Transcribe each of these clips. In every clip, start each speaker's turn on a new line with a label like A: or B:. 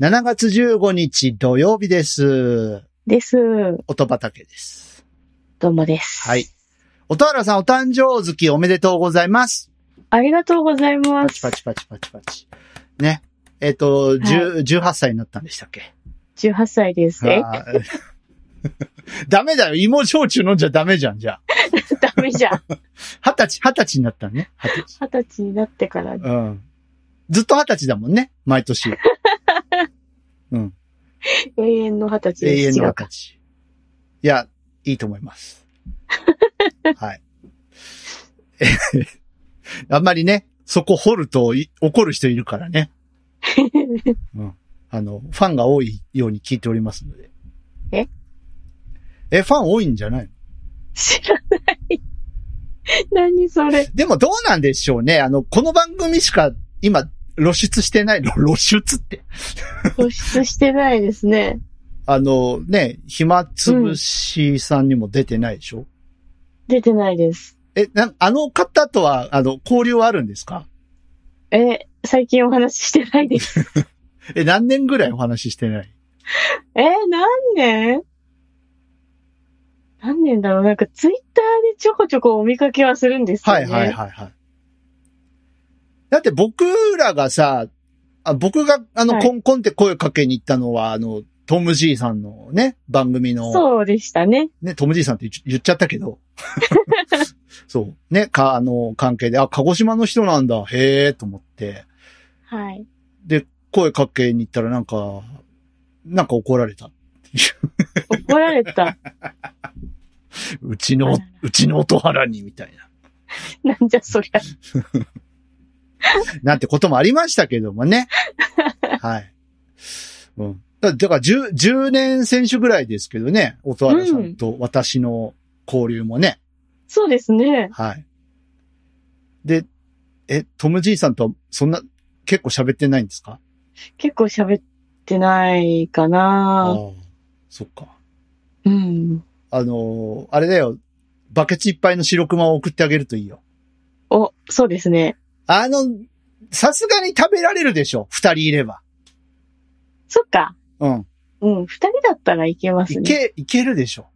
A: 7月15日土曜日です。
B: です。
A: 音畑です。
B: どうもです。
A: はい。音原さんお誕生月おめでとうございます。
B: ありがとうござい
A: パ
B: ま
A: チ
B: す
A: パ。チパチパチパチ。ね。えっ、と、10 18歳になったんでしたっけ
B: 18歳です。え、
A: あー ダメだよ。芋焼酎飲んじゃダメじゃん、じゃあ。
B: ダメじゃん。
A: 二十歳、二十歳になったのね。二十歳。
B: 二十歳になってから。
A: うん。ずっと二十歳だもんね。毎年。
B: 永遠の二十
A: 永遠の
B: 歳です。違
A: 二
B: う
A: 十
B: か。
A: 歳。いや、いいと思い ます。はい。 あんまりね、そこ掘るとい怒る人いるから ね。うん。あの、ファンが多いように聞いておりますので。
B: え
A: え、ファン多いんじゃないの
B: 知らない。 何それ。
A: でもどうなんでしょうね。あの、この番組しか今露出してないの。露出って。
B: 露出してないですね。
A: あのね、暇つぶしさんにも出てないでしょ、
B: 出てないです。
A: え、なん、あの方とは、あの、交流はあるんですか
B: え、最近お話ししてないです。
A: え、何年ぐらいお話ししてない
B: え、何年何年だろうなんかツイッターでちょこちょこお見かけはするんですよ
A: は
B: ね。
A: いはいはいはい。だって僕らがさ、あ僕が、あの、
B: はい
A: コンコンって声かけに行ったのは、あの、トム・ジーさんのね、番組の、
B: そうでしたね。
A: ね、トム・ジーさんって言っ言っちゃったけ ど。そう。ね、か、あの、関係で、あ、鹿児島の人なんだ、へえ、と思って、
B: はい。
A: 声かけに行ったらなんか、なんか怒られた。
B: 怒ら れた。
A: うちの、うちの音原に、みたいな。
B: なんじゃそりゃ。
A: なんてこともありましたけども ね。はい。うん。だだから10、10年選手ぐらいですけどね、音原さんと私の交流もね。
B: そうですね。
A: はい。で、え、トム・ジーさんとはそんな、結構喋ってないんですか
B: 結構喋ってないか
A: あ
B: な
A: ー。そっか。
B: うん。
A: あのーあれだよ。バケツいっぱいの白熊を送ってあげるといいよ。
B: お、そうですね。
A: あの、さすがに食べられるでしょ。二人いれば。
B: そっか。
A: うん。
B: うん。二人だったらいけます
A: い
B: ね。
A: け、いけるでしょ。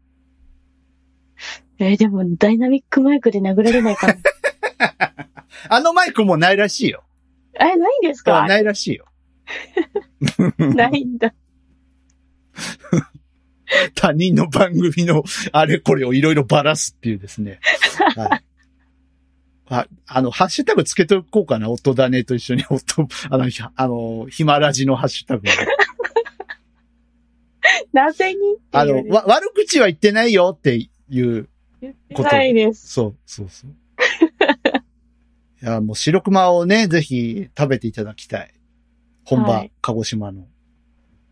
B: えーでも、ダイナミックマイクで殴られないか な。
A: あのマイクもうないらしいよ。
B: え、ないんですか
A: ないらしいよ。
B: ないんだ。
A: 他人の番組の あれこれをいろいろばらすっていうです ね。はい。ああの、ハッシュタグつけておこうかな。音だねと一緒に音、 あの、ひあの、ひまらじのハッシュ タグ。
B: なぜにって
A: あ
B: いう
A: の、わ、悪口は言ってないよっていう、
B: 言ってないです。
A: そう、そうそう。 いや、もう白熊をね、ぜひ食べていただきたい。本場、
B: はい
A: 鹿児島の。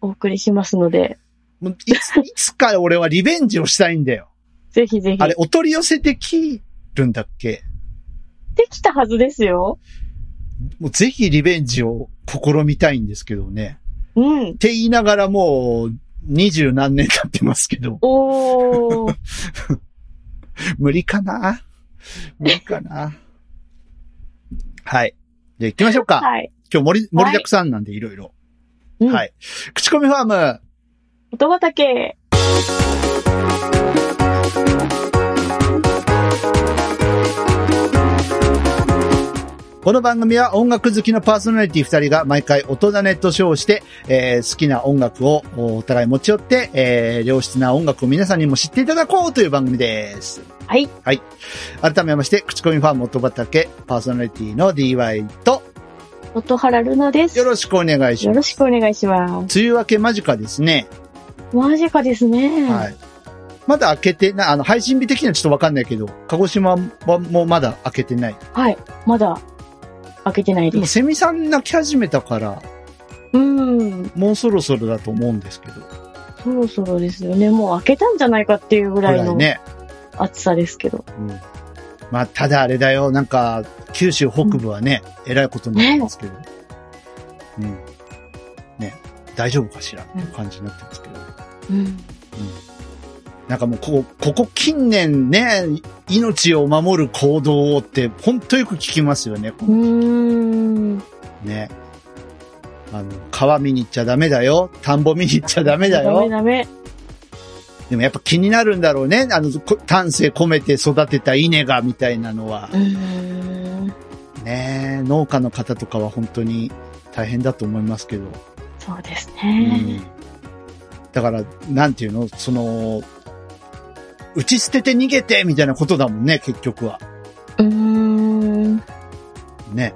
B: お送りしますので、
A: もういつ、いつか俺はリベンジをしたいんだよ。
B: ぜひぜひ。
A: あれ、お取り寄せできるんだっけ
B: できたはずですよ。
A: もうぜひリベンジを試みたいんですけどね。
B: うん
A: っ。て言いながらもう、二十何年経ってますけど、
B: おー。
A: 無理かな無理かなはい。じゃあ行きましょうか。
B: はい。
A: 今日盛り、盛りだくさんなんでいろいろ。
B: うん
A: はい。口コミファーム。
B: 音畑。
A: この番組は音楽好きのパーソナリティ二人が毎回音だねと称して、えー好きな音楽をおお互い持ち寄って、えー良質な音楽を皆さんにも知っていただこうという番組です。
B: はい。
A: はい。改めまして、口コミファン元畑パーソナリティの DY と
B: 音原ルナです。
A: よ
B: よ
A: ろしくお願いしま
B: ろしくお願いします。
A: す。梅雨明け間近ですね。
B: マジかですね。
A: はい。まだ明けてな、あの、配信日的にはちょっとわかんないけど、鹿児島はもうまだ明けてない。
B: はい。まだ、開けてない
A: で
B: で
A: も、
B: す。
A: セミさん泣き始めたから、
B: うん。
A: もうそろそろだと思うんですけど。
B: そろそろですよね。もう開けたんじゃないかっていうぐ
A: ぐ
B: ら
A: ら
B: い
A: い
B: の
A: ね。
B: 暑さですけど。
A: うんまあ、ただあれだよ、なんか、九州北部はね、えらいことになってますけど。うん。ね、大丈夫かしらっていう感じになってますけど。
B: うん。
A: なんかもう、ここ、ここ近年ね、命を守る行動をって、ほんとよく聞きますよね。
B: うーん。
A: ね。あの、川見に行っちゃダメだよ。田んぼ見に行っちゃダメだ
B: ダメ
A: よ。
B: ダメ。
A: でもやっぱ気になるんだろうね。あの、こ丹精込めて育てた稲が、みたいなのは
B: う。ーん。
A: ねえ農家の方とかは本当に大変だと思いますけど。
B: そうです
A: う
B: ね
A: ん。だから、なんていうのその、打ち捨てて逃げてみたいなことだもんね、結局は。
B: うーん。
A: ね。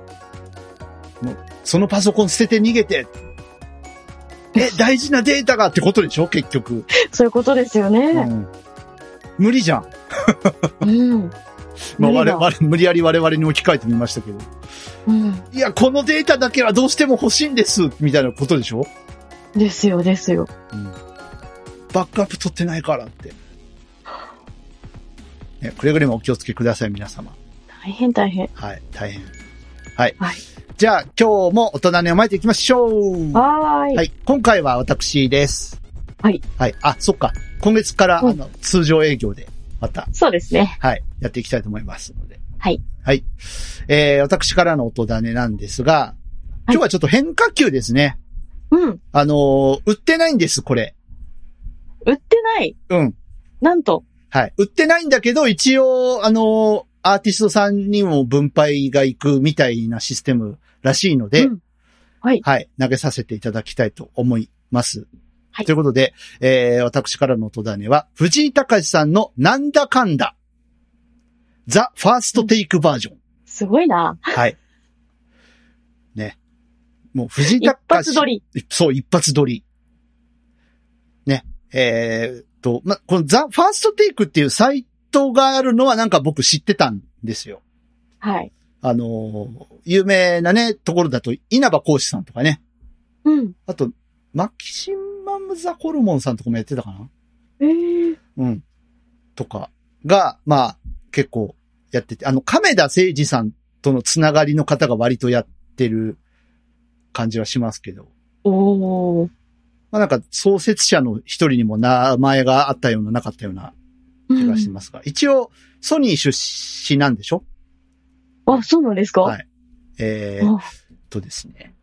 A: もう、そのパソコン捨てて逃げて。 え、大事なデータがってことでしょ結局。
B: そういうことですよ
A: う
B: ね。
A: ん。無理じゃん。
B: うん。
A: まあ、
B: 無理
A: 我
B: だ
A: 々、無理やり我々に置き換えてみましたけど。
B: うん。
A: いや、このデータだけはどうしても欲しいんです、みたいなことでしょ
B: ですよ、ですよ。
A: バックアップ取ってないからって。ね、くれぐれもお気をつけください、皆様。
B: 大変大変。
A: はい、大変。はい。
B: はい
A: じゃあ、今日も大人に甘えていきましょう。
B: はーい。
A: はい。今回は私です。
B: はい。
A: はい。あ、そっか。今月から、
B: うん
A: あの、通常営業で、また、
B: そうですね。
A: はい、やっていきたいと思いますので。
B: はい。
A: はい。えー、私からの音種なんですが、
B: はい
A: 今日はちょっと変化球ですね。
B: うん。
A: あのー売ってないんです、これ。
B: 売ってない。
A: うん。
B: なんと。
A: はい。売ってないんだけど、一応、あのーアーティストさんにも分配が行くみたいなシステムらしいので、
B: うんはい。
A: はい、投げさせていただきたいと思います。
B: はい
A: ということで、えー、私からの戸種は、藤井隆さんのなんだかんだ、ザ・ファーストテイクバージョン。
B: すごいな。
A: はい。ね。もう藤井
B: 一
A: 隆
B: 発撮り。
A: そう、一発撮り。ね。えーっと、ま、このザ・ファーストテイクっていうサイトがあるのはなんか僕知ってたんですよ。
B: はい。
A: あのー有名なね、ところだと、稲葉講師さんとかね。
B: うん。
A: あと、マキシマムザホルモンさんとかもやってたかな
B: えー。
A: うん。とかが、まあ、結構やってて、あの、亀田誠二さんとのつながりの方が割とやってる感じはしますけど。
B: おー。
A: まあなんか創設者の一人にも名前があったようななかったような
B: う
A: 気がして
B: ん、
A: ますが、一応ソニー出資なんでしょ
B: あ、そうなんですか、
A: はいえー、
B: お
A: っとですね。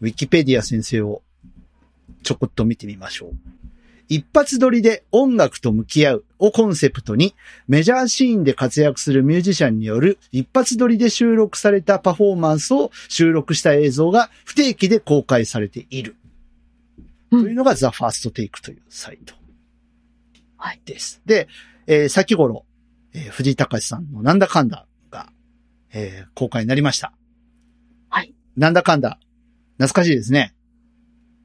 A: ウィキペディア先生をちょこっと見てみましょう。一発撮りで音楽と向き合うをコンセプトにメジャーシーンで活躍するミュージシャンによる一発撮りで収録されたパフォーマンスを収録した映像が不定期で公開されている。
B: うん
A: というのがザ・ファーストテイクというサイト。
B: はい
A: です。で、えー先頃、えー藤井隆さんのなんだかんだが、えー公開になりました。
B: はい。
A: なんだかんだ。懐かしいですね。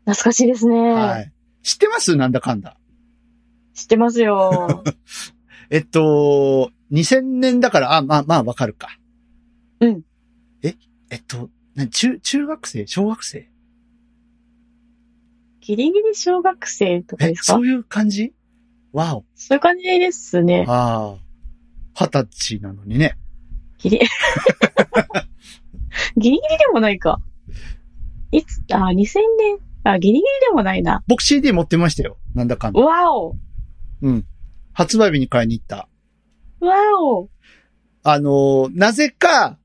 B: 懐かしいですね。
A: はい。知ってますなんだかんだ。
B: 知ってます よ。
A: えっと、2000年だから、あ、まあまあわかるか。
B: うん。
A: え、えっと、な中、中学生小学生
B: ギリギリ小学生とか
A: え
B: で、すか
A: そういう感じわお。
B: そういう感じですね。
A: ああ。二十歳なのにね。
B: ギリ。ギリギリでもないか。いつ、あ、2000年。あ、ギリギリでもないな。
A: 僕 CD 持ってましたよ。なんだかんだ。
B: わお
A: うん。発売日に買いに行った。
B: わお
A: あのーなぜか、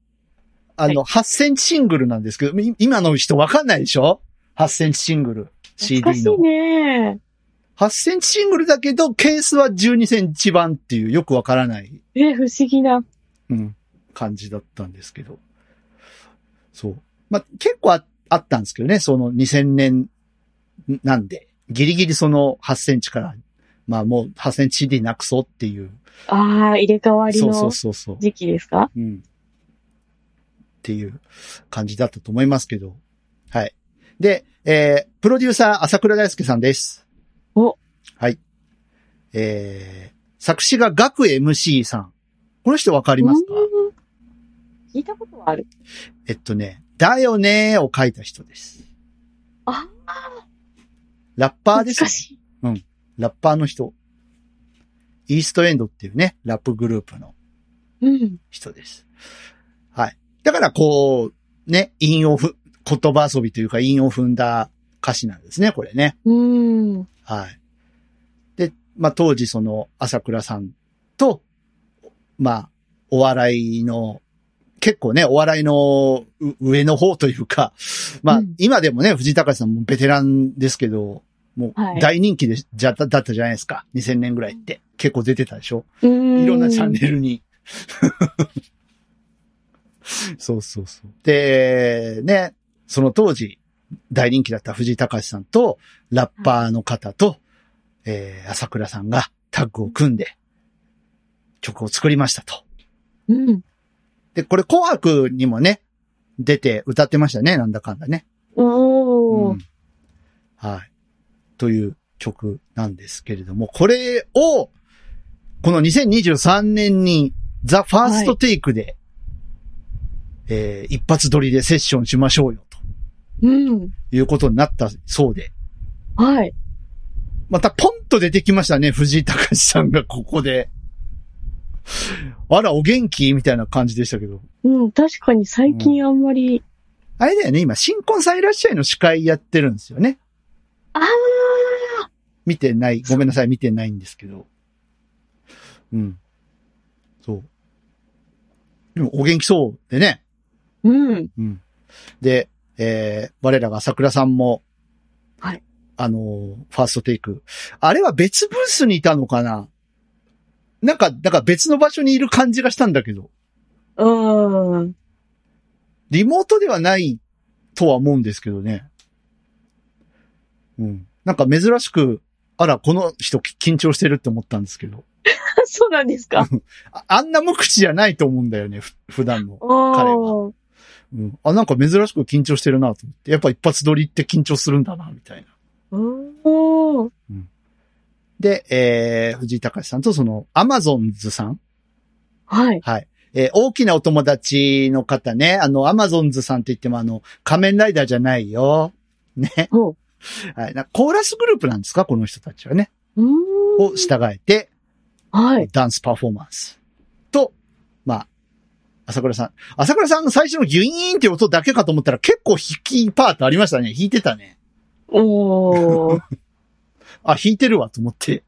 A: あの、8センチシングルなんですけど、い今の人わかんないでしょ ?8 センチシングル。CD
B: 懐かし
A: の
B: い。ね。
A: 8センチシングルだけど、ケースは12センチ版っていう、よくわからない、
B: え、不思議な。
A: うん、感じだったんですけど。そう。まあ、結構ああったんですけどね、その2000年なんで、ギリギリその8センチから、まあもう8センチ CD なくそうっていう。
B: ああ、入れ替わり
A: そうそ
B: の
A: うそうそう。
B: 時期ですか
A: うん。っていう感じだったと思いますけど。はい。で、えー、プロデューサー、朝倉大輔さんです。
B: お
A: はい。えー、作詞が学 MC さん。この人わかりますか
B: うーん聞いたことはある。
A: えっとね、だよねーを書いた人です。
B: あ
A: ラッパーです、
B: 懐
A: ね
B: か。しい。
A: ラッパーの人。イーストエンドっていうね、ラップグループの
B: うん。
A: 人です。はい。だからこう、ね、韻をふ、言葉遊びというか韻を踏んだ歌詞なんですね、これね。
B: うーん。
A: はい。で、まあ当時その朝倉さんと、まあ、お笑いの結構ね、お笑いのう上の方というか、まあ、
B: うん
A: 今でもね、藤井隆さんもベテランですけど、も
B: は
A: う
B: い
A: 大人気でし、じゃ、だだったじゃないですか。2000年ぐらいって。結構出てたでしょ
B: うー
A: いろんなチャンネルに。そうそうそう。で、ね、その当時、大人気だった藤井隆さんと、ラッパーの方と、えー、朝倉さんがタッグを組んで、曲を作りましたと。
B: うん。
A: で、これ紅白にもね、出て歌ってましたね、なんだかんだね。
B: お
A: う
B: ー
A: ん。はい。という曲なんですけれども、これを、この2023年に、ザ・ファーストテイクで、えー一発撮りでセッションしましょうよ、
B: うん。
A: ということになったそうで、
B: はい。
A: またポンと出てきましたね、藤井隆さんがここで。あら、お元気みたいな感じでしたけど。
B: うん、確かに最近あんまり、
A: あれだよね、今、新婚さんいらっしゃいの司会やってるんですよね。
B: ああ
A: 見てない。ごめんなさい、見てないんですけど。うん。そう。でも、お元気そうでね。
B: うん。
A: うん。で、えー、我らが桜さんも。
B: はい。
A: あのーファーストテイク。あれは別ブースにいたのかななんか、だから別の場所にいる感じがしたんだけど。
B: うん。
A: リモートではないとは思うんですけどね。うん。なんか珍しく、あら、この人き緊張してるって思ったんですけど。
B: そうなんですか。
A: ああんな無口じゃないと思うんだよね、ふ普段の。
B: お
A: 彼
B: ー
A: うん。あ、なんか珍しく緊張してるなと思って。やっぱ一発撮りって緊張するんだな、みたいな。
B: おー
A: で、えー、藤井隆さんとその、アマゾンズさん。
B: はい。
A: はい。えー大きなお友達の方ね。あの、アマゾンズさんって言ってもあの、仮面ライダーじゃないよ。ね。
B: おう。
A: はい。なコーラスグループなんですかこの人たちはね。
B: うーん
A: を従えて、
B: はい。
A: ダンスパフォーマンス。と、まあ、朝倉さん。朝倉さんの最初のギュイーンって音だけかと思ったら結構弾きパートありましたね。弾いてたね。
B: お ー
A: あ、弾いてるわと思って。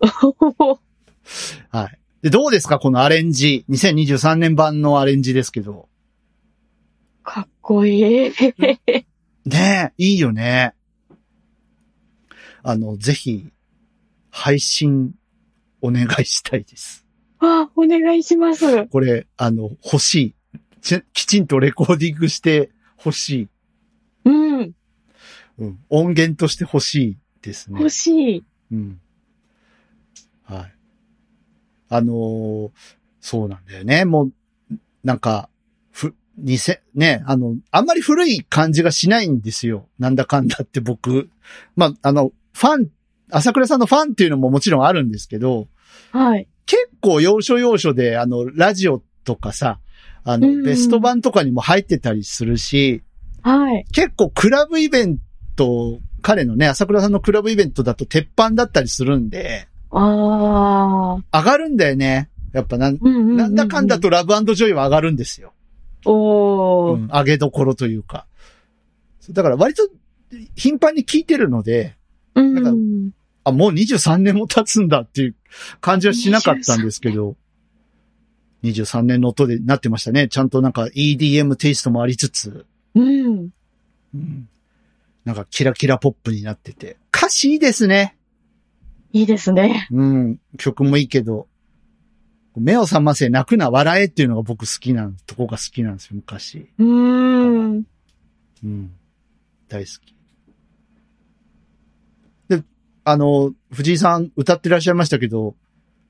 A: はい。で、どうですかこのアレンジ。2023年版のアレンジですけど。
B: かっこいい。
A: ねえ、いいよね。あの、ぜひ、配信、お願いしたいです。
B: あ、お願いします。
A: これ、あの、欲しい。ち きちんとレコーディングして欲しい。
B: うん。
A: うん。音源として欲しいですね。
B: 欲しい。
A: うん。はい。あのーそうなんだよね。もう、なんか、ふ、にせ、ね、あの、あんまり古い感じがしないんですよ。なんだかんだって僕。まあ、あの、ファン、朝倉さんのファンっていうのももちろんあるんですけど、
B: はい。
A: 結構要所要所で、あの、ラジオとかさ、あ
B: うんう
A: の、
B: ん
A: ベスト版とかにも入ってたりするし、
B: はい。
A: 結構クラブイベント、彼のね、朝倉さんのクラブイベントだと鉄板だったりするんで、
B: ああ。
A: 上がるんだよね。やっぱなん、
B: うんうんうんうん
A: なんだかんだ。とラブジョイは上がるんですよ。う
B: おお、
A: ん、上げどころというか。そうだから割と頻繁に聞いてるので、
B: うん。
A: なんかあ、もう23年も経つんだっていう感じはしなかったんですけど、23年の音でなってましたね。ちゃんとなんか EDM テイストもありつつ、
B: うん。
A: うん、なんかキラキラポップになってて。歌詞いいですね。
B: いいですね。
A: うん、曲もいいけど、目を覚ませ、泣くな、笑えっていうのが僕好きなとこが好きなんですよ、昔。
B: うーん。
A: うん。大好き。で、あの、藤井さん歌ってらっしゃいましたけど、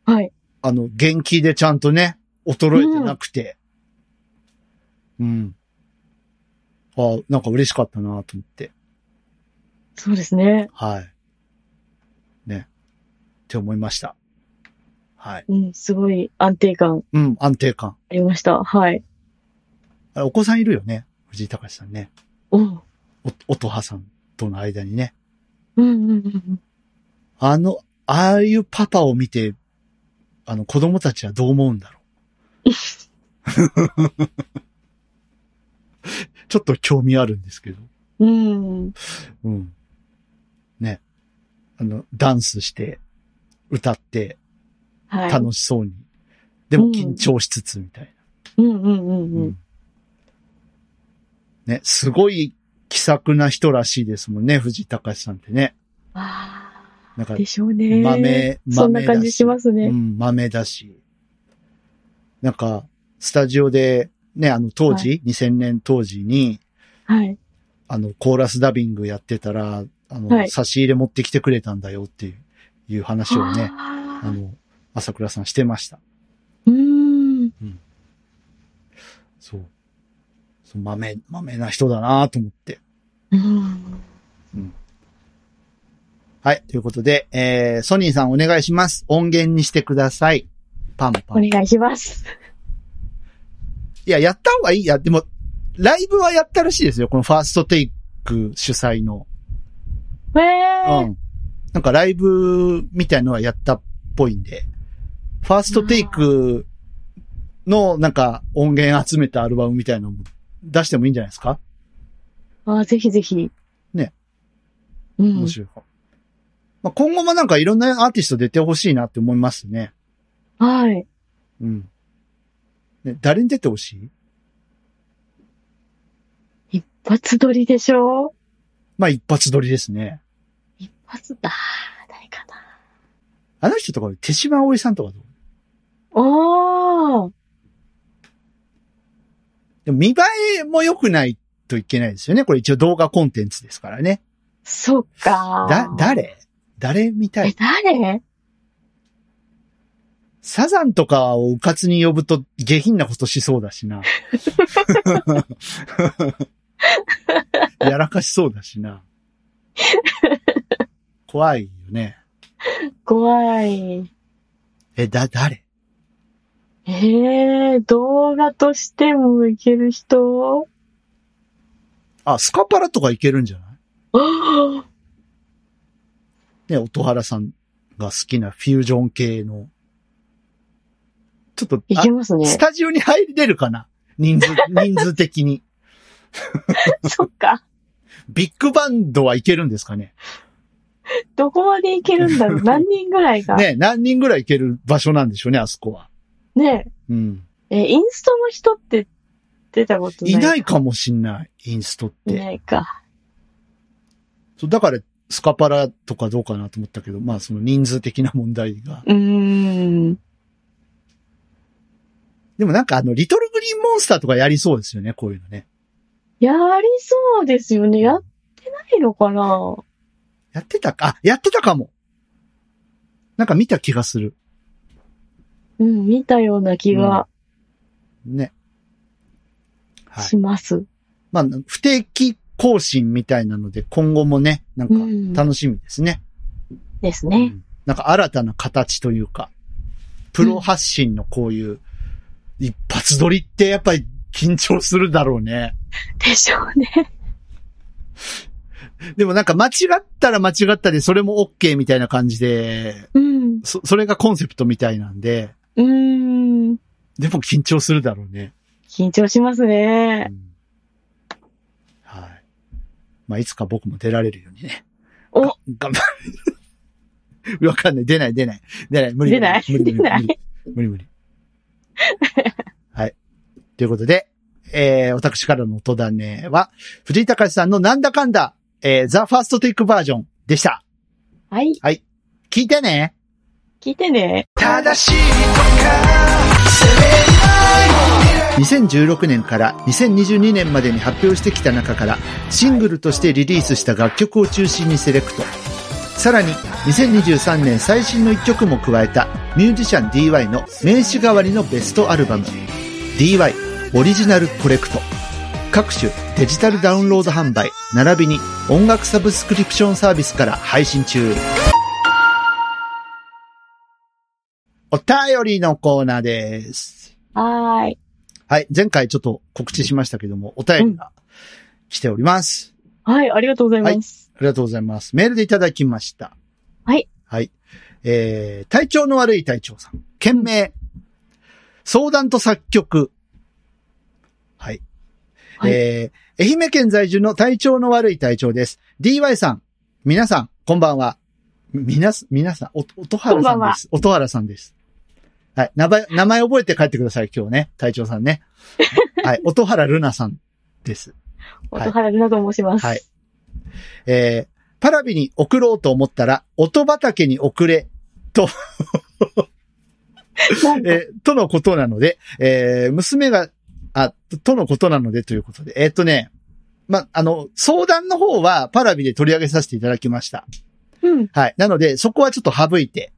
B: はい。
A: あの、元気でちゃんとね、衰えてなくて。うん。あなんか嬉しかったなと思って。
B: そうですね。
A: はい。ね。って思いました。はい。
B: うん。すごい安定感
A: うん、安定感。
B: ありました。はい。
A: あれお子さんいるよね。藤井隆さんね。
B: おう
A: お、おとはさんとの間にね。
B: うんうんうん
A: あの、ああいうパパを見て、あの、子供たちはどう思うん だろう。ちょっと興味あるんですけど。
B: うん。うん。
A: うん。ね。あの、ダンスして、歌って、
B: はい。
A: 楽しそうに。でも
B: うん
A: 緊張しつつみたいな。
B: うんうんうんうん。
A: ね、すごい気さくな人らしいですもんね、藤井隆さんってね。
B: あ
A: なんか
B: あ、でしょうね。
A: 豆、豆だし。
B: そんな感じします
A: う
B: ね。
A: ん、豆だし。なんか、スタジオで、ね、あの当時、2000年当時に、
B: はい。
A: あの、コーラスダビングやってたら、あの、
B: はい
A: 差し入れ持ってきてくれたんだよっていう、いう話をね、
B: あ
A: あ
B: ー
A: の、朝倉さんしてました。
B: うーん。
A: そう。そう豆、豆な人だなと思って。
B: うん。
A: はい。ということで、えー、ソニーさんお願いします。音源にしてください。パン
B: お
A: パン。い
B: 願いします。
A: や、やった方がいい。いや、でも、ライブはやったらしいですよ。このファーストテイク主催の。
B: え
A: う
B: え。
A: ん。なんかライブみたいのはやったっぽいんで。ファーストテイクのなんか音源集めたアルバムみたいのも出してもいいんじゃないですか
B: ああ、ぜひぜひ。
A: ね。
B: うん
A: 面。白いかも。まあ、今後もなんかいろんなアーティスト出てほしいなって思いますね。
B: はい。
A: うん。ね、誰に出てほしい
B: 一発撮りでしょ
A: まあ一発撮りですね。
B: 一発だ。誰かな。
A: あの人とか、手島葵さんとかどう
B: おー。
A: でも見栄えも良くないといけないですよね。これ一応動画コンテンツですからね。
B: そっか。
A: だ、誰誰みた
B: え、
A: い。
B: 誰
A: サザンとかをうかつに呼ぶと下品なことしそうだしな。やらかしそうだしな。怖いよね。
B: 怖い。
A: え、だ、誰
B: ええ動画としてもいける人
A: あ、スカパラとかいけるんじゃない
B: あ
A: ね、音原さんが好きなフュージョン系の。ちょっと、
B: い
A: あ
B: けますね
A: ス。タジオに入れるかな人 数、人数的に。
B: そっか。
A: ビッグバンドはいけるんですかね
B: どこまでいけるんだ ろう。何人ぐらいが。ね
A: ね、何人ぐらいいける場所なんでしょうね、あそこは。うん。
B: え、インストの人って出たことない。
A: いないかもしんない、インストっ
B: い
A: て。
B: ないか。
A: そうだから、スカパラとかどうかなと思ったけど、まあその人数的な問題が。
B: うーん。
A: でもなんかあの、リトルグリーンモンスターとかやりそうですよね、こういうのね。
B: やりそうですよね。やってないのかな
A: やってたか、あ、やってたかも。なんか見た気がする。
B: うん、見たような気が
A: ね。はい
B: し。ます。
A: まあ、不定期更新みたいなので、今後もね、なんか
B: うん
A: 楽しみですね。
B: です
A: う
B: ね。
A: んなんか新たな形というか、プロ発信のこういう、一発撮りってやっぱり緊張するだろうね。
B: でしょうね。
A: でもなんか間違ったら間違ったで、それも OK みたいな感じで、
B: うん。
A: そ、それがコンセプトみたいなんで、
B: うーん。
A: でも緊張するだろうね。
B: 緊張しますね。
A: はい。まあ、いつか僕も出られるようにね。
B: お
A: が頑張る。 わかんない。出ない、出ない。出ない。無理。
B: 出ない
A: 無理無理
B: 出ない
A: 無理無理無理。はい。ということで、えー、私からの音種は、藤井隆さんのなんだかんだ、えー、ザ・ファーストテイクバージョンでした。
B: はい。
A: 聞いてね。
B: 聞いてね。
A: 正しい2016年から2022年までに発表してきた中からシングルとしてリリースした楽曲を中心にセレクトさらに2023年最新の1曲も加えたミュージシャン DY の名刺代わりのベストアルバム DY オリジナルコレクト各種デジタルダウンロード販売並びに音楽サブスクリプションサービスから配信中お便りのコーナーです
B: はーい。
A: はい。前回ちょっと告知しましたけども、お便りが来ております。
B: はい、ありがとうございます。
A: ありがとうございます。メールでいただきました。
B: はい。
A: はい。えー、体調の悪い隊長さん。件名。相談と作曲。はい。
B: はい
A: えー、愛媛県在住の体調の悪い隊長です。DY さん、皆さん、こんばんは。みなす、皆さん、お、音原さんです。音原さんです。はい。名前、名前覚えて帰ってください、今日ね。隊長さんね。 はい。音原ルナさんです。はい
B: 音原ルナと申します。
A: はいえー、パラビに送ろうと思ったら、音畑に送れ、
B: なんか
A: えーとのことなので、えー娘が、あ、ととのことなのでということで。えーっ、とね、ま、あの、相談の方はパラビで取り上げさせていただきました。
B: うん。
A: はい。なので、そこはちょっと省いて、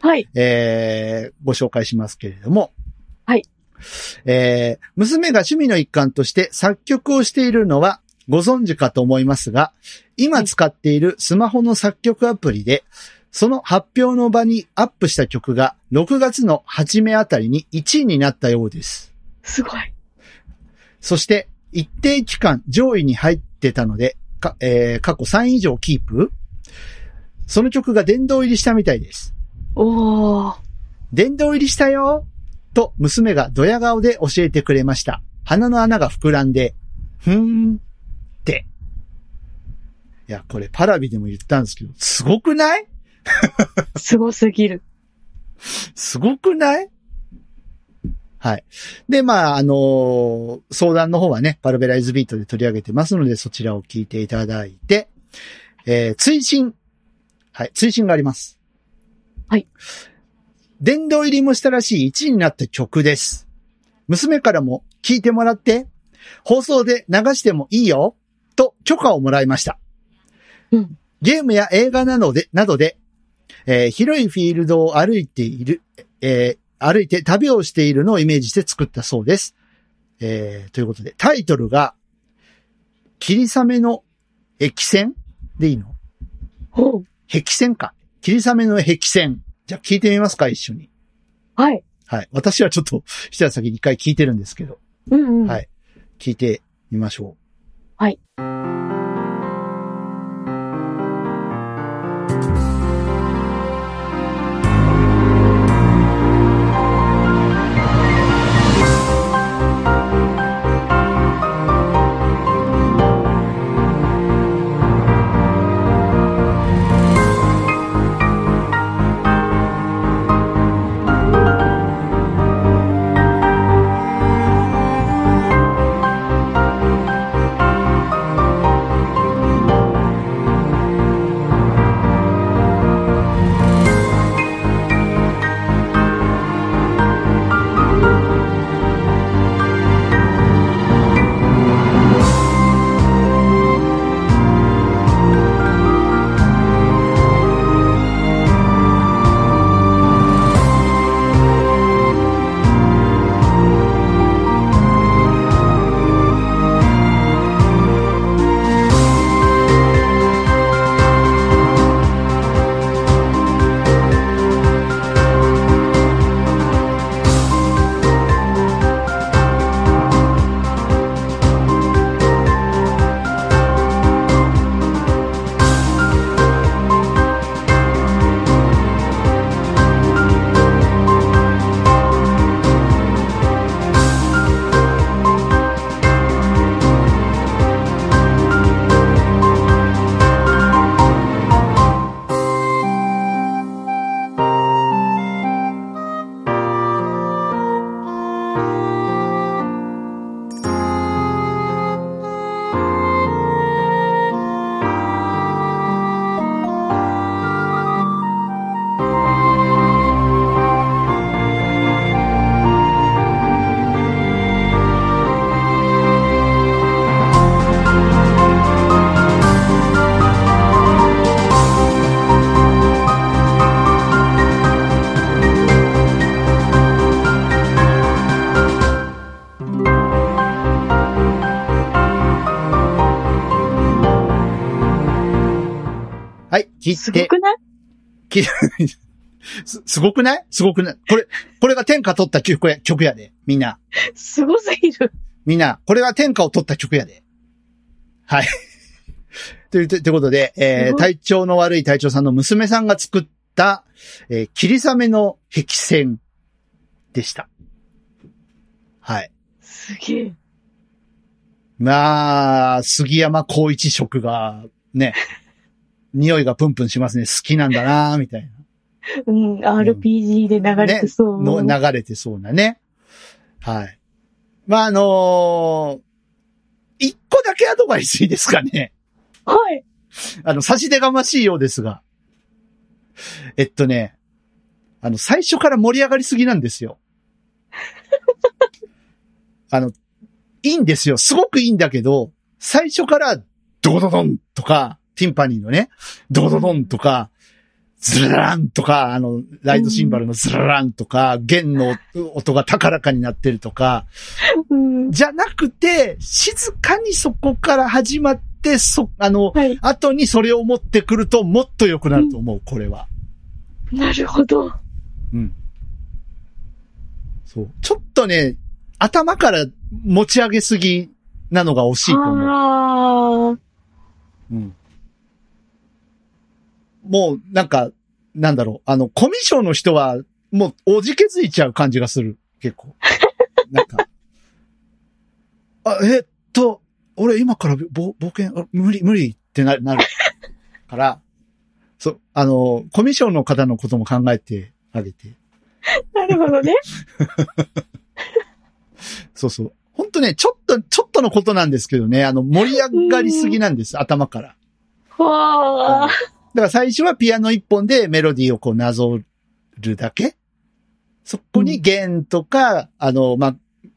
B: はい。
A: えーご紹介しますけれども。
B: はい。
A: えー娘が趣味の一環として作曲をしているのはご存知かと思いますが、今使っているスマホの作曲アプリで、その発表の場にアップした曲が6月の初めあたりに1位になったようです。
B: すごい。
A: そして、一定期間上位に入ってたので、かえー過去3以上キープその曲が殿堂入りしたみたいです。
B: おー。
A: 殿堂入りしたよと娘がドヤ顔で教えてくれました。鼻の穴が膨らんで、ふーんって。いや、これパラビでも言ったんですけど、すごくない
B: すごすぎる。
A: すごくないはい。で、まあ、あのー相談の方はね、パルベライズビートで取り上げてますので、そちらを聞いていただいて、えー追伸。はい、追伸があります。
B: はい。
A: 殿堂入りもしたらしい1位になった曲です。娘からも聞いてもらって、放送で流してもいいよ、と許可をもらいました。
B: うん。
A: ゲームや映画などで、などで、えー広いフィールドを歩いている、えー歩いて旅をしているのをイメージして作ったそうです。えーということで、タイトルが、霧雨の壁線でいいの
B: おう。
A: 壁線か。霧雨の壁線。じゃあ聞いてみますか、一緒に。
B: はい。
A: はい。私はちょっと、一足先に一回聞いてるんですけど。
B: うんうん。
A: はい聞いてみましょう。
B: はい。
A: はい。聞い
B: す
A: て
B: ごくない
A: す、すごくないすごくないこれ、これが天下取った曲や、曲やで。みんな。
B: すごすぎる。
A: みんな、これが天下を取った曲やで。はい。 という、ということで、え
B: す
A: ー
B: ごい
A: 体調の悪い隊長さんの娘さんが作った、えー霧雨の壁線でした。はい。
B: すげえ。
A: まあ、杉山光一 色が、ね、匂いがプンプンしますね。好きなんだなみたいな。
B: うん、RPG で流れてそう。
A: の流れてそうなね。はい。まあ、あのー一個だけアドバイスいいですかね。
B: はい。
A: あの、差し出がましいようですが。えっとね、あの、最初から盛り上がりすぎなんですよ。あの、いいんですよ。すごくいいんだけど、最初から、ドドドンとか、ティンパニーのね、ドドドンとか、ズラランとか、あの、ライドシンバルのズラランとか、弦の音が高らかになってるとか、
B: うん。
A: じゃなくて、静かにそこから始まって、そ、あの、
B: はい。
A: 後にそれを持ってくるともっと良くなると思う、これは。
B: なるほど。
A: そう。ちょっとね、頭から持ち上げすぎなのが惜しいと思う。
B: ああ。
A: うん、もう、なんか、なんだろう。あの、コミュ障の人は、もう、おじけづいちゃう感じがする。結構。なんか。あ、えっと、俺今からぼ冒険、あ無理、無理ってななる。から、そう、あの、コミュ障の方のことも考えてあげて。
B: なるほ どね。
A: そうそう。本当ね、ちょっと、ちょっとのことなんですけどね、あの、盛り上がりすぎなんです、頭から。
B: わあ。
A: だから最初はピアノ一本でメロディーをこうなぞるだけ。そこに弦とか、あの、ま、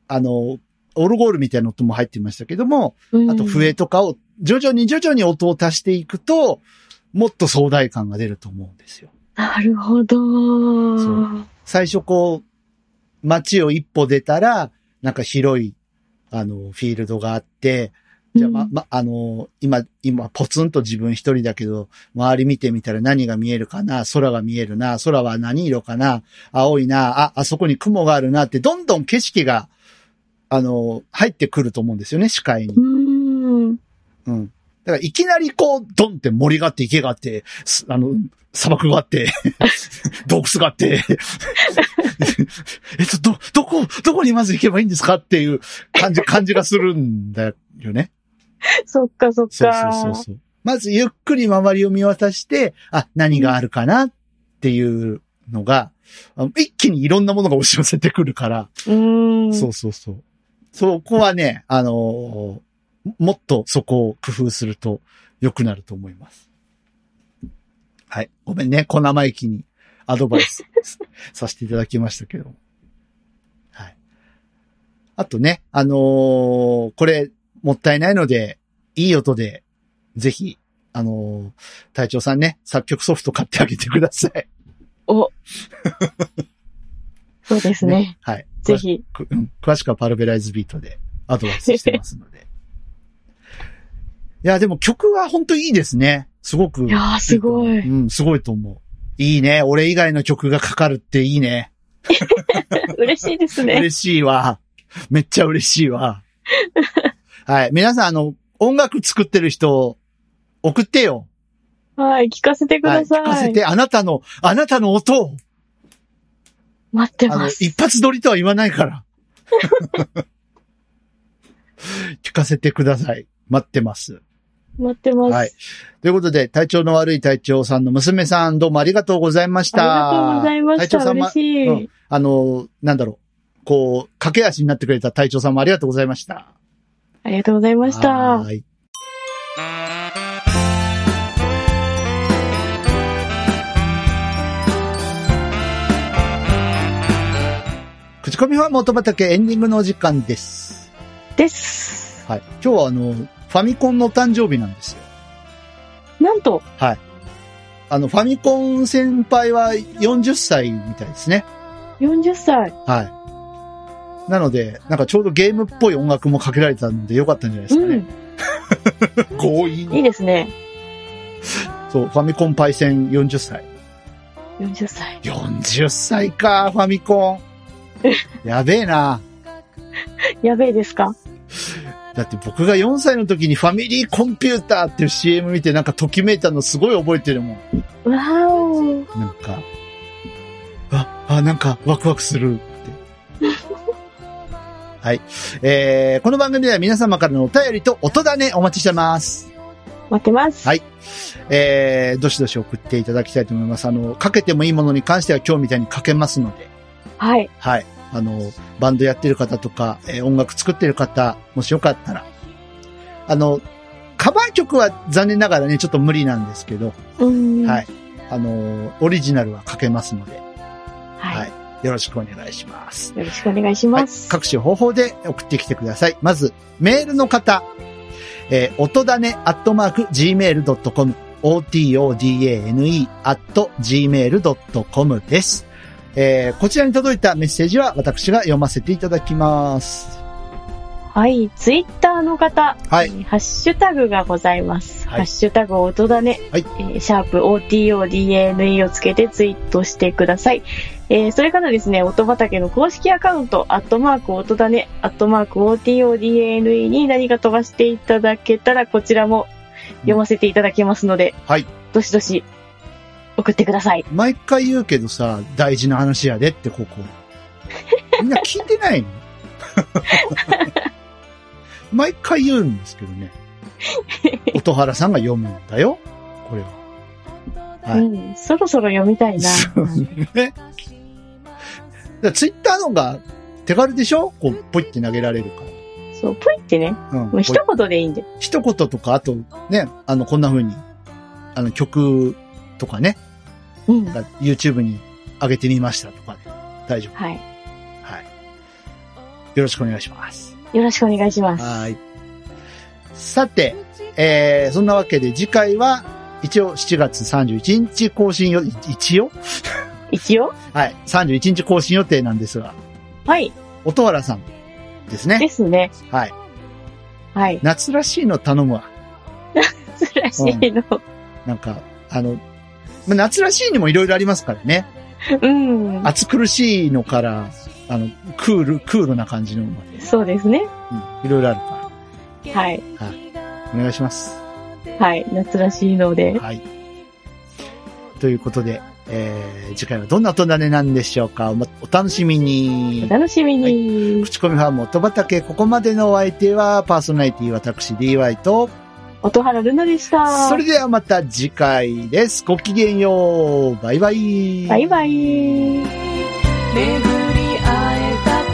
A: あの、オルゴールみたいな音も入ってましたけども、あと笛とかを徐々に徐々に音を足していくと、もっと壮大感が出ると思うんですよ。
B: なるほど。
A: そ最初こう、街を一歩出たら、なんか広い、あの、フィールドがあって、じゃあ、ま、ま、あのー今、今、ポツンと自分一人だけど、周り見てみたら何が見えるかな空が見えるな空は何色かな青いなあ、あそこに雲があるなって、どんどん景色が、あのー入ってくると思うんですよね、視界に
B: う。
A: う
B: ん。
A: ん。だから、いきなりこう、ドンって森があって、池があって、すあの、砂漠があって、洞窟があって、えっと、ど、どこ、どこにまず行けばいいんですかっていう感じ、感じがするんだよね。
B: そっかそっか。
A: そうそうそうそう。まずゆっくり周りを見渡して、あ、何があるかなっていうのが、あの一気にいろんなものが押し寄せてくるから、
B: うん。
A: そうそうそう。そこはね、あのーもっとそこを工夫すると良くなると思います。はい。ごめんね、小生意気にアドバイス させていただきましたけど。はい。あとね、あのーこれ、もったいないので、いい音で、ぜひ、あのー隊長さんね、作曲ソフト買ってあげてください。
B: お。そうですね。
A: はい。
B: ぜひ。
A: くうん詳しくはパルベライズビートでアドバイスしてますの で。いや、でも曲は本当いいですね。すごく。
B: いやー、すごい。
A: うん、すごいと思う。いいね。俺以外の曲がかかるっていいね。
B: 嬉しいですね。
A: 嬉しいわ。めっちゃ嬉しい わ。はい。皆さん、あの、音楽作ってる人、送ってよ。
B: はい、聞かせてく
A: はい。
B: ださ
A: 聞かせ
B: い。
A: て、あなたの、あなたの音を。
B: 待って
A: あの、
B: ます。
A: 一発撮りとは言わない から。聞かせてください。待ってます。
B: 待ってます。
A: はい。ということで、体調の悪い隊長さんの娘さん、どうもありがとうございまし
B: あり
A: た。
B: がとうございまし
A: 隊長
B: た。
A: さんも
B: 嬉し
A: う
B: い
A: ん。あの、なんだろう。こう、駆け足になってくれた隊長さんもありがとうございました。
B: ありがとうございました
A: は。ーい。口コミファン元畑エンディングのお時間です。
B: です。
A: はい。今日はあの、ファミコンの誕生日なんですよ。
B: なんと、
A: あの、ファミコン先輩は40歳みたいですね。
B: 40歳。
A: はい。なので、なんかちょうどゲームっぽい音楽もかけられたのでよかったんじゃないで
B: う
A: すか
B: ん
A: ね。。強引
B: いいですね。
A: そう、ファミコンパイセン40歳。
B: 40歳。
A: 40歳か、ファミコン。やべえな。
B: やべえですか
A: だって僕が4歳の時にファミリーコンピューターっていう CM 見てなんかときめいたのすごい覚えてるもん。
B: わーお。
A: なんか、あ、あ、なんかワクワクするって。 はい。えー、この番組では皆様からのお便りと音だねお待ちしてます。
B: 待ってます。
A: はいえー、どしどし送っていただきたいと思います。あの、かけてもいいものに関しては今日みたいにかけますので、
B: はい。
A: はい。あの、バンドやってる方とか、えー音楽作ってる方、もしよかったら、あの、カバー曲は残念ながらね、ちょっと無理なんですけど、
B: うん。
A: はい。あの、オリジナルはかけますので、
B: は。
A: はいい。よろしくお願いします。
B: よろしくお願いし
A: は
B: ま
A: い。
B: す。
A: 各種方法で送ってきてください。まず、メールの方、えー、音だね、アットマーク、gmail.com、otodane、アット、gmail.com です。えー、こちらに届いたメッセージは私が読ませていただきます。
B: はい、ツイッターの方、
A: はい
B: えーハッシュタグがございます。
A: はい
B: ハッシュタグ音だね、
A: はい
B: えーシャープ OTODANE をつけてツイートしてください。えーそれからですね、音畑の公式アカウント、アットマーク音だね、アットマーク OTODANE に何か飛ばしていただけたら、こちらも読ませていただけますので、
A: はい。
B: どしどし送ってください。
A: 毎回言うけどさ、大事な話やでって、ここ。みんな聞いてないの毎回言うんですけどね。音原さんが読むんだよ。これは。はい
B: うん、そろそろ読みたいな。
A: そうね。ツイッターの方が手軽でしょこう、ポイって投げられるか
B: そう、ぽいってね、
A: ら。うん。
B: もう一
A: ポイ
B: 言でいいんで。
A: 一言とか、あと、ね、あの、こんな風に、あの、曲とかね、
B: うん。
A: が YouTube に上げてみましたとかね。大丈夫。
B: はい。
A: はい。よろしくお願いします。
B: よろしくお願いします。
A: はい。さて、えー、そんなわけで次回は、一応7月31日更新よ、い一応
B: 一応
A: はい。31日更新予定なんですが、
B: はい。
A: 音原さんです
B: で
A: ね。
B: すね。
A: はい。
B: はい。
A: 夏らしいの頼むわ。
B: 珍しいの。
A: なんか、あの、ま夏らしいにもいろいろありますからね。
B: うん。
A: 暑苦しいのから、あの、クール、クールな感じのまで、
B: そうですね。
A: うん、いろいろあるか
B: はい。
A: ら、お願いします。
B: はい。夏らしいので。
A: はい。ということで、えー、次回はどんな音種なんでしょうかおまお楽しみ
B: お
A: に。
B: 楽しみに。
A: 口コミファーム音畑、ここまでのお相手は、パーソナリティ私 DY と、
B: 音原ルナでした。
A: それではまた次回です。ごきげんよう。バイバイ。
B: バイバイ。
C: 「巡り会えたと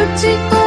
C: き」「口コ